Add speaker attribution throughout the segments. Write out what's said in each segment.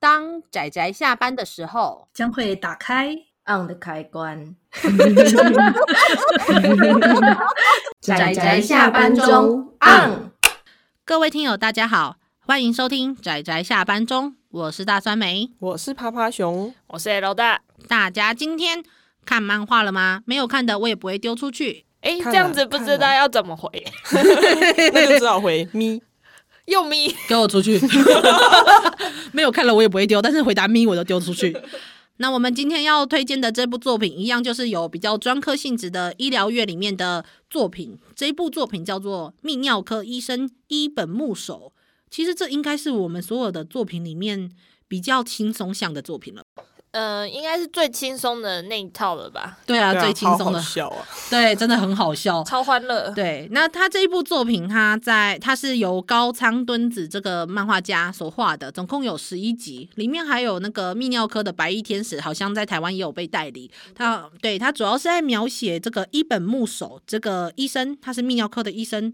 Speaker 1: 当仔仔下班的时候，
Speaker 2: 将会打开。
Speaker 3: on 的开 关。
Speaker 1: 宅宅下班中按各位听友大家好，欢迎收听仔仔下班中，我是大酸梅。
Speaker 4: 我是趴趴熊，
Speaker 5: 我是老大。
Speaker 1: 大家今天看漫画了吗？没有看的我也不会丢出去。
Speaker 5: 哎、
Speaker 4: 看
Speaker 5: 这
Speaker 4: 了
Speaker 5: 样子不知道要怎么回，
Speaker 4: 那就只好回咪。
Speaker 5: 又咪。
Speaker 1: 给我出去！ 没有看了我也不会丢，但是回答咪我都丢出去。那我们今天要推荐的这部作品，一样就是有比较专科性质的医疗院里面的作品。这一部作品叫做《泌尿科医生伊本木守》。其实这应该是我们所有的作品里面比较轻松向的作品了。
Speaker 5: 呃，应该是最轻松的那一套了吧，
Speaker 1: 对 啊，
Speaker 4: 对啊
Speaker 1: 最轻
Speaker 4: 好
Speaker 1: 松
Speaker 4: 好
Speaker 1: 的，
Speaker 4: 笑啊！
Speaker 1: 对，真的很好笑。
Speaker 5: 超欢乐。
Speaker 1: 对，那他这一部作品，他在他是由高仓敦子这个漫画家所画的，总共有十一集，里面还有那个泌尿科的白衣天使，好像在台湾也有被代理。他对他主要是在描写这个伊本木守这个医生，他是泌尿科的医生。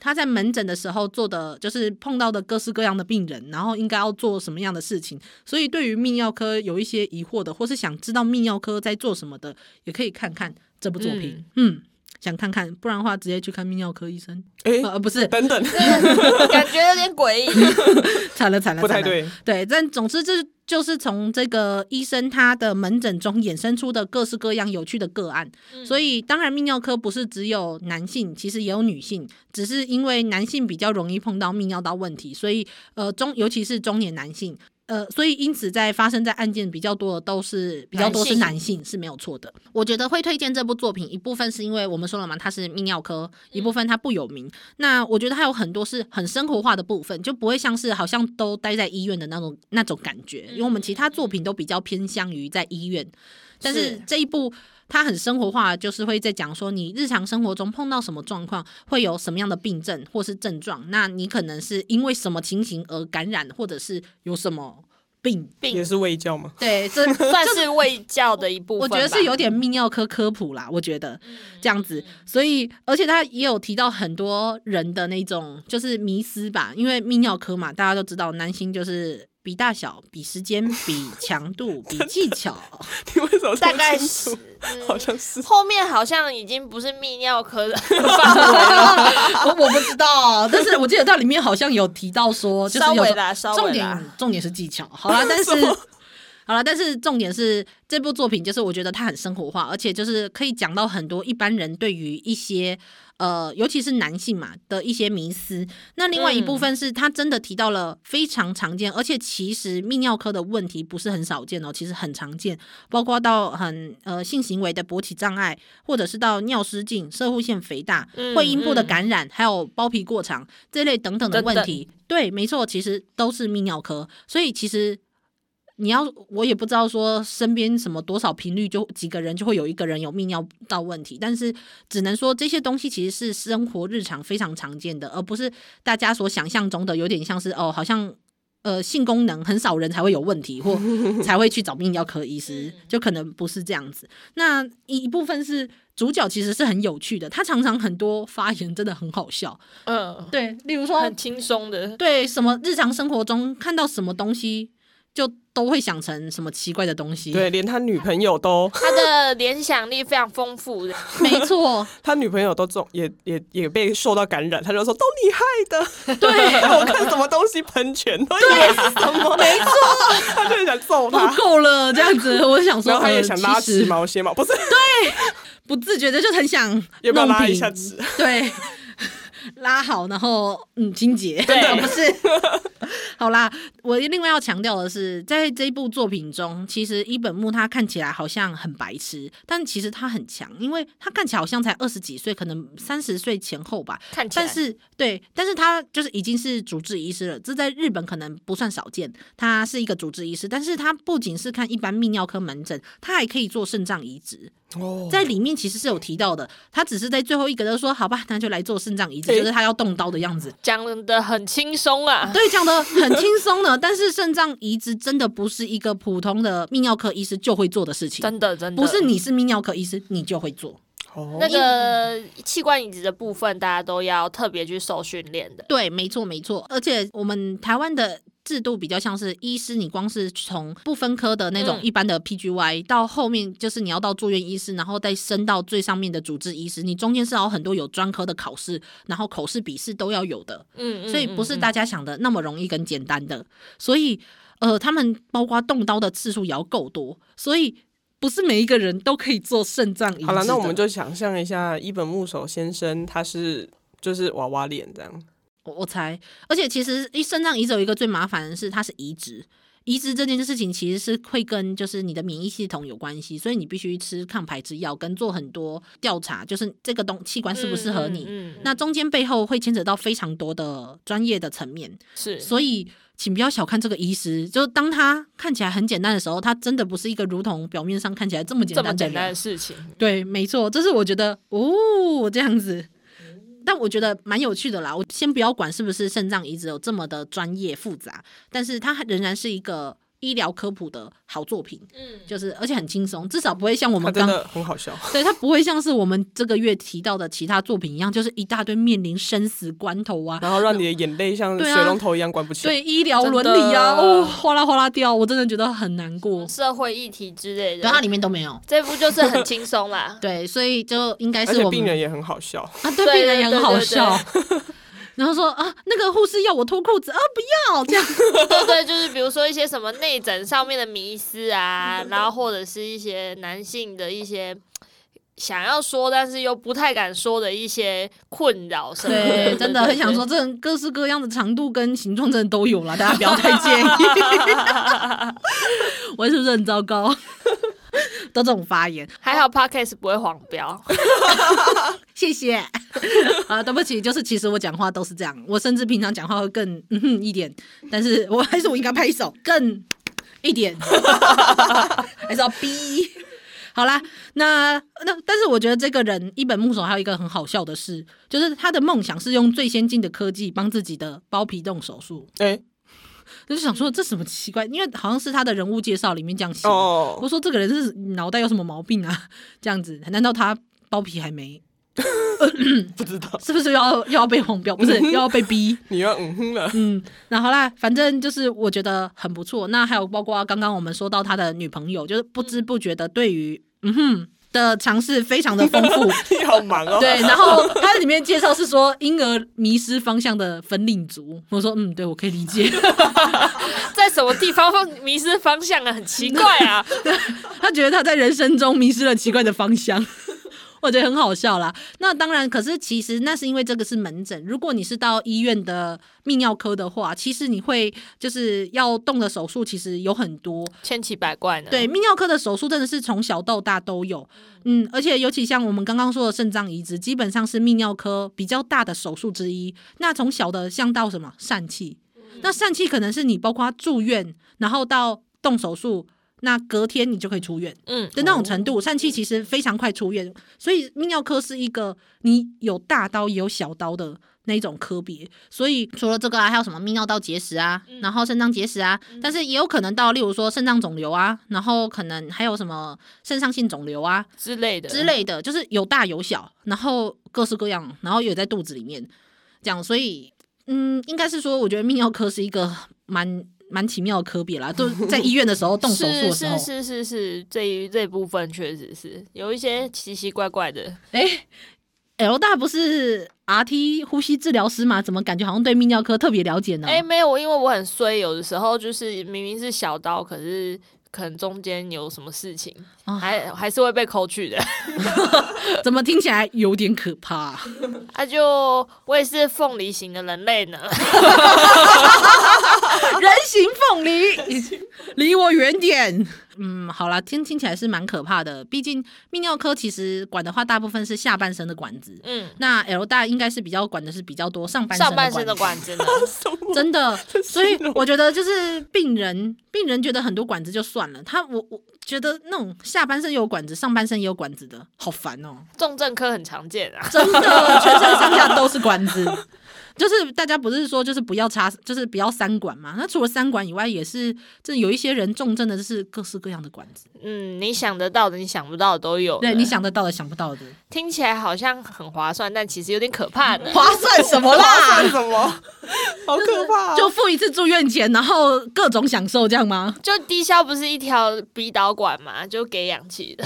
Speaker 1: 他在门诊的时候做的就是碰到的各式各样的病人，然后应该要做什么样的事情。所以对于泌尿科有一些疑惑的，或是想知道泌尿科在做什么的，也可以看看这部作品。嗯想看看，不然的话直接去看泌尿科医生。
Speaker 4: 哎、
Speaker 1: 呃，不是，
Speaker 4: 等等，
Speaker 5: 感觉有点 诡异。
Speaker 1: 惨了惨了，
Speaker 4: 不太
Speaker 1: 惨了。
Speaker 4: 对，
Speaker 1: 对，啊但总之这就是从这个医生他的门诊中衍生出的各式各样有趣的个案。所以当然泌尿科不是只有男性，其实也有女性，只是因为男性比较容易碰到泌尿道问题，所以呃中尤其是中年男性。呃，所以因此在发生在案件比较多的都是比较多是
Speaker 5: 男性
Speaker 1: 男性是没有错的。我觉得会推荐这部作品，一部分是因为我们说了嘛，它是泌尿科，一部分它不有名。那我觉得它有很多是很生活化的部分，就不会像是好像都待在医院的那种那种感觉，因为我们其他作品都比较偏向于在医院，但嗯是
Speaker 5: 是
Speaker 1: 这一部它很生活化，就是会在讲说你日常生活中碰到什么状况，会有什么样的病症或是症状，那你可能是因为什么情形而感染，或者是有什么病。
Speaker 4: 也是未 教嘛。
Speaker 1: 对，这
Speaker 5: 算是卫教的一部
Speaker 1: 我
Speaker 5: 分吧，嗯
Speaker 1: 觉得是有点泌尿科科普啦，我觉得这样子，所以而且他也有提到很多人的那种就是迷思吧，因为泌尿科嘛，大家都知道男性就是比大小、比时间、比强度、比技巧，
Speaker 4: 你为什么这
Speaker 5: 大
Speaker 4: 么
Speaker 5: 概
Speaker 4: 清
Speaker 5: 是嗯
Speaker 4: 楚？。好像是
Speaker 5: 后面好像已经不是泌尿科 的范围了，
Speaker 1: 我 我不知道，但是我记得它里面好像有提到说，就是
Speaker 5: 稍
Speaker 1: 有
Speaker 5: 微
Speaker 1: 时候
Speaker 5: 啦，稍
Speaker 1: 重
Speaker 5: 微啦
Speaker 1: 点。重点是技巧，好 啦，但是好啦，但是重点是这部作品就是我觉得它很生活化，而且就是可以讲到很多一般人对于一些呃，尤其是男性嘛的一些迷思。那另外一部
Speaker 5: 嗯
Speaker 1: 分是他真的提到了非常常见，而且其实泌尿科的问题不是很少见哦，其实很常见，包括到很呃性行为的勃起障碍，或者是到尿失禁、射护腺肥大、
Speaker 5: 嗯
Speaker 1: 会阴部的
Speaker 5: 嗯
Speaker 1: 感染，还有包皮过长这类等等的
Speaker 5: 等
Speaker 1: 问
Speaker 5: 等
Speaker 1: 题。对，没错，其实都是泌尿科，所以其实。你要我也不知道说身边什么多少频率就几个人就会有一个人有泌尿道问题，但是只能说这些东西其实是生活日常非常常见的，而不是大家所想象中的有点像是哦，好像呃性功能很少人才会有问题或才会去找泌尿科医师， 就可能不是这样子。那一部分是主角其实是很有趣的，他常常很多发言真的很好笑，
Speaker 5: 嗯，
Speaker 1: 对，例如说
Speaker 5: 很轻松的。
Speaker 1: 对什么日常生活中看到什么东西，就都会想成什么奇怪的东西。
Speaker 4: 对，，连他女朋友都，
Speaker 5: 他的联想力非常丰富的，
Speaker 1: 没错，
Speaker 4: 他女朋友都中，也也也被受到感染，他就说都你害 的，
Speaker 1: 对，
Speaker 4: 我看什么东西喷泉都以为是 什么，没错， 他就很想揍
Speaker 1: 啊不
Speaker 4: 他，
Speaker 1: 够了，这样子，我想说，
Speaker 4: 然后他也
Speaker 1: 呃
Speaker 4: 想拉
Speaker 1: 其实
Speaker 4: 直毛先嘛，不是，
Speaker 1: 不自觉的就很想
Speaker 4: 要不要
Speaker 1: 弄
Speaker 4: 拉一
Speaker 1: 平
Speaker 4: 下 直？
Speaker 1: 对，拉好，然后嗯，清洁，
Speaker 5: 对
Speaker 1: 不是。 好啦，我另外要强调的是，在这一部作品中，其实伊本木他看起来好像很白痴，但其实他很强，因为他看起来好像才二十几岁，可能三十岁前后吧。
Speaker 5: 看起来
Speaker 1: 但是对，但是他就是已经是主治医师了，这在日本可能不算少见。他是一个主治医师，但是他不仅是看一般泌尿科门诊，他还可以做肾脏移植。
Speaker 4: 哦，
Speaker 1: 在里面其实是有提到的，他只是在最后一个就说好吧，那就来做肾脏移植，
Speaker 4: 诶
Speaker 1: 就是他要动刀的样子。
Speaker 5: 讲的很轻松啊，
Speaker 1: 对，讲的很轻松的，但是肾脏移植真的不是一个普通的泌尿科医师就会做的事情，
Speaker 5: 真的真的
Speaker 1: 不是你是泌尿科医师你就会做。
Speaker 4: 哦
Speaker 5: 那个器官移植的部分，大家都要特别去受训练的。
Speaker 1: 对，没错没错，而且我们台湾的制度比较像是医师，你光是从不分科的那种
Speaker 5: 嗯
Speaker 1: 一般的 PGY、到后面就是你要到住院医师，然后再升到最上面的主治医师，你中间是要很多有专科的考试，然后口试、笔试都要有的，
Speaker 5: 嗯，嗯
Speaker 1: 所以不是
Speaker 5: 嗯
Speaker 1: 大家想的那么容易跟简单的，所以呃，他们包括动刀的次数也要够多，所以不是每一个人都可以做肾脏移植的。
Speaker 4: 好了，那我们就想象一下一本木守先生，他是就是娃娃脸这样，
Speaker 1: 我我猜，而且其实一肾脏移植有一个最麻烦的是，它是移植。移植这件事情其实是会跟就是你的免疫系统有关系，所以你必须吃抗排斥药，跟做很多调查，就是这个东器官适不适合你。
Speaker 5: 嗯嗯嗯
Speaker 1: 那中间背后会牵扯到非常多的专业的层面，
Speaker 5: 是
Speaker 1: 所以请不要小看这个医师。就当他看起来很简单的时候，他真的不是一个如同表面上看起来这么简
Speaker 5: 这么
Speaker 1: 单的
Speaker 5: 简单
Speaker 1: 人
Speaker 5: 的。事情，
Speaker 1: 对，没错，这是我觉得哦这样子，但我觉得蛮有趣的啦。我先不要管是不是肾脏移植有这么的专业复杂，但是它仍然是一个医疗科普的好作品，
Speaker 5: 嗯，
Speaker 1: 就是而且很轻松，至少不会像我
Speaker 4: 他
Speaker 1: 们
Speaker 4: 真
Speaker 1: 刚。
Speaker 4: 的很 好笑。
Speaker 1: 对，它不会像是我们这个月提到的其他作品一样，就是一大堆面临生死关头啊，
Speaker 4: 然后让你的眼泪像
Speaker 1: 对啊
Speaker 4: 水龙头一样关不起来。
Speaker 1: 对医疗
Speaker 5: 真
Speaker 1: 伦理啊，
Speaker 5: 的
Speaker 1: 哦，哗啦哗啦掉，我真的觉得很难过。
Speaker 5: 社会议题之类
Speaker 1: 对，它啊
Speaker 5: 的，
Speaker 1: 里面都没有。。
Speaker 5: 这部就是很轻松啦
Speaker 1: 对，所以就应该
Speaker 4: 而
Speaker 1: 是
Speaker 4: 且
Speaker 1: 我们
Speaker 4: 病人也很好笑，
Speaker 1: 啊，对
Speaker 5: 对
Speaker 1: 病人也
Speaker 5: 对
Speaker 1: 很好
Speaker 5: 对对
Speaker 1: 笑。 然后说啊，那个护士要我脱裤子啊，不要这样。
Speaker 5: 对对，就是比如说一些什么内诊上面的迷思
Speaker 1: 嗯
Speaker 5: 啊，然后或者是一些男性的一些想要说但是又不太敢说的一些困扰什么的。
Speaker 1: 对，
Speaker 5: 对
Speaker 1: 真的很想说，。这种各式各样的长度跟形状真的都有啦，大家 不要太介意。 我是不是很糟糕？ 都这种发言，
Speaker 5: 对 还好 podcast 不会黄标，
Speaker 1: 谢 谢。啊，对不起，就是其实我讲话都是这样，我甚至平常讲话会更嗯哼一点，但是我还是我应该拍手更一点， 还是要逼。好啦，那那但是我觉得这个人一本木手还有一个很好笑的事，就是他的梦想是用最先进的科技帮自己的包皮动手术。
Speaker 4: 哎、
Speaker 1: 我就想说这什么奇怪，因为好像是他的人物介绍里面这样写的。
Speaker 4: 哦，
Speaker 1: 我说这个人是脑袋有什么毛病啊？这样子，难道他包皮还没
Speaker 4: 不知道，
Speaker 1: 是不是又要又要被黄标？不是，又要被逼？
Speaker 4: 你要嗯哼了，
Speaker 1: 嗯，那好啦，反正就是我觉得很不错。那还有包括刚刚我们说到他的女朋友，就是不知不觉的对于嗯哼的尝试非常的丰富。
Speaker 4: 你好忙哦。
Speaker 1: 对，然后它里面介绍是说婴儿迷失方向的分领族，我说嗯，对我可以理解。
Speaker 5: 在什么地方放迷失方向啊，很奇怪啊。
Speaker 1: 他觉得他在人生中迷失了奇怪的方向。 我觉得很好笑啦。那当然，可是其实那是因为这个是门诊。如果你是到医院的泌尿科的话，其实你会就是要动的手术，其实有很多。
Speaker 5: 千奇百怪呢。
Speaker 1: 对，泌尿科的手术真的是从小到大都有。嗯，而且尤其像我们刚刚说的肾脏移植，基本上是泌尿科比较大的手术之一。那从小的像到什么疝气，那疝气可能是你包括住院，然后到动手术，那隔天你就可以出院。
Speaker 5: 嗯，
Speaker 1: 的那种程度，疝气其实非常快出院，所以泌尿科是一个你有大刀也有小刀的那一种科别。所以除了这个啊，还有什么泌尿道结石啊，然后肾脏结石啊，但是也有可能到例如说肾脏肿瘤啊，然后可能还有什么肾上腺肿瘤啊
Speaker 5: 之类的
Speaker 1: 之。类的，就是有大有小，然后各式各样，然后也在肚子里面这样。所以嗯，应该是说，我觉得泌尿科是一个蛮。蛮奇妙的科别啦，就是在医院的时候动手术的时候，
Speaker 5: 是是是是是，这一这部分确实是有一些奇奇怪怪的。
Speaker 1: 哎、l 大不是 RT 呼吸治疗师吗？怎么感觉好像对泌尿科特别了解呢？
Speaker 5: 哎、没有，我因为我很衰，有的时候就是明明是小刀，可是可能中间有什么事情，
Speaker 1: 啊
Speaker 5: 还还是会被抠去的。
Speaker 1: 怎么听起来有点可怕、
Speaker 5: 啊，就我也是凤梨型的人类呢，
Speaker 1: 人形凤梨，离我远点。嗯，好啦，听听起来是蛮可怕的。毕竟泌尿科其实管的话，大部分是下半身的管子。
Speaker 5: 嗯，
Speaker 1: 那 L 大应该是比较管的是比较多上半身
Speaker 5: 上半身的
Speaker 1: 管子
Speaker 5: 管子呢，
Speaker 1: 真 的，所以我觉得就是病人，病人觉得很多管子就算了，他我我觉得那种下半身有管子，上半身也有管子的，好烦哦、
Speaker 5: 重症科很常见啊。
Speaker 1: 真的，全身上下都是管子。就是大家不是说就是不要插，就是不要三管嘛？那除了三管以外，也是这有一些人中真的是各式各样的管子，
Speaker 5: 嗯，你想得到的，你想不到的都有。
Speaker 1: 哦对，你，想得到的想不到的，
Speaker 5: 听起来好像很划算，但其实有点可怕呢。
Speaker 1: 划算什么
Speaker 4: 划
Speaker 1: 啦？
Speaker 4: 算什么？ 好可怕、哦！
Speaker 1: 就付一次住院钱，然后各种享受这样吗？
Speaker 5: 就低消不是一条鼻导管嘛，就给氧气的。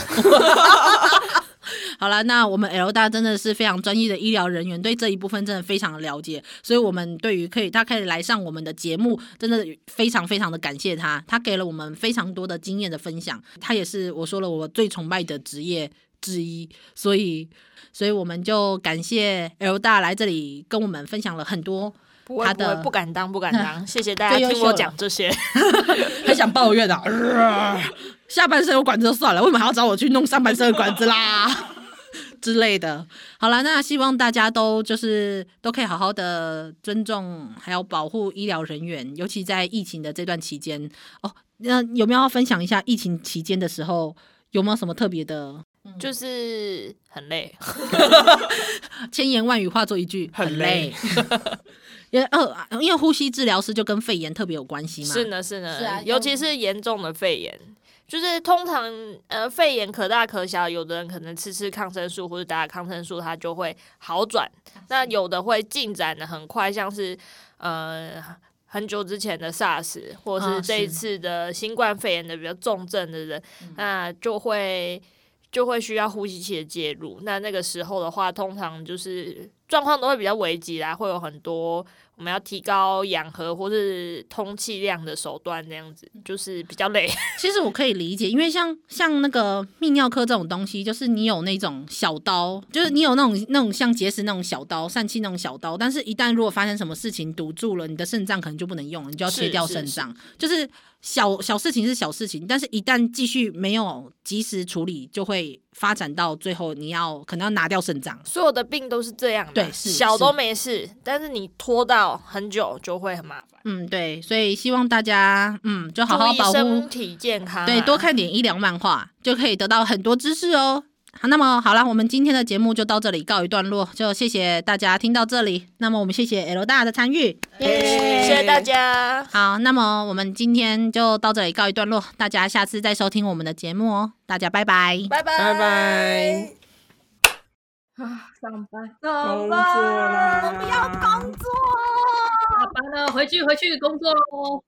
Speaker 1: 好了，那我们 L 大真的是非常专业的医疗人员，对这一部分真的非常的了解，所以我们对于可以他可以来上我们的节目，真的非常非常的感谢他，他给了我们非常多的经验的分享，他也是我说了我最崇拜的职业之一，所以所以我们就感谢 L 大来这里跟我们分享了很多，
Speaker 5: 不会
Speaker 1: 他
Speaker 5: 不
Speaker 1: 的
Speaker 5: 会，不敢当，不 敢当。谢谢大
Speaker 1: 最优秀
Speaker 5: 家听我
Speaker 1: 了
Speaker 5: 讲这些。
Speaker 1: 很想抱怨的、啊， 下半身有管子就算了，为什么还要找我去弄上半身的管子啦？ 之类的，好了，那希望大家都就是都可以好好的尊重，还有保护医疗人员，尤其在疫情的这段期间哦。那有没有要分享一下疫情期间的时候有没有什么特别的
Speaker 5: 就是很 累，
Speaker 1: 千言万语化作一句？
Speaker 4: 很
Speaker 1: 累，因为呃，因为呼吸治疗师就跟肺炎特别有关系嘛。
Speaker 5: 是呢是呢，
Speaker 1: 是啊
Speaker 5: 尤其是严重的肺炎，就是通常呃肺炎可大可小，有的人可能吃吃抗生素或者打打抗生素，它就会好转，那有的会进展的很快，像是呃。很久之前的 SARS，或者
Speaker 1: 啊
Speaker 5: 是这一
Speaker 1: 是嗯
Speaker 5: 次的新冠肺炎的比较重症的人，那就会就会需要呼吸器的介入。那那个时候的话，通常就是状况都会比较危急啦，会有很多我们要提高氧合或是通气量的手段，这样子
Speaker 1: 嗯
Speaker 5: 就是比较累。
Speaker 1: 其实我可以理解，因为像像那个泌尿科这种东西，就是你有那种小刀，就是你有那种那种像结石那种小刀、疝气那种小刀，但是一旦如果发生什么事情堵住了，你的肾脏可能就不能用了，你就要切
Speaker 5: 是
Speaker 1: 掉
Speaker 5: 是
Speaker 1: 肾
Speaker 5: 是
Speaker 1: 脏。就是小小事情是小事情，但是一旦继续没有及时处理，就会发展到最后你要可能要拿掉肾脏。
Speaker 5: 所有的病都是这样的，
Speaker 1: 对是
Speaker 5: 小都
Speaker 1: 是
Speaker 5: 没事，但是你拖到很久就会很麻烦。
Speaker 1: 嗯，对，所以希望大家嗯就好好
Speaker 5: 注意
Speaker 1: 保护
Speaker 5: 身体健康、啊
Speaker 1: 对，多。看点医疗漫画就可以得到很多知识哦。好，那么好了，我们今天的节目就到这里告一段落，就谢谢大家听到这里。那么我们谢谢 L 大的参与。
Speaker 5: 谢谢大家。
Speaker 1: 好，那么我们今天就到这里告一段落，大家下次再收听我们的节目哦。大家拜拜。
Speaker 5: 拜拜
Speaker 4: 拜拜。
Speaker 2: 啊，上班，
Speaker 4: 工作啦！不要工
Speaker 3: 下班了，回去回去工作喽。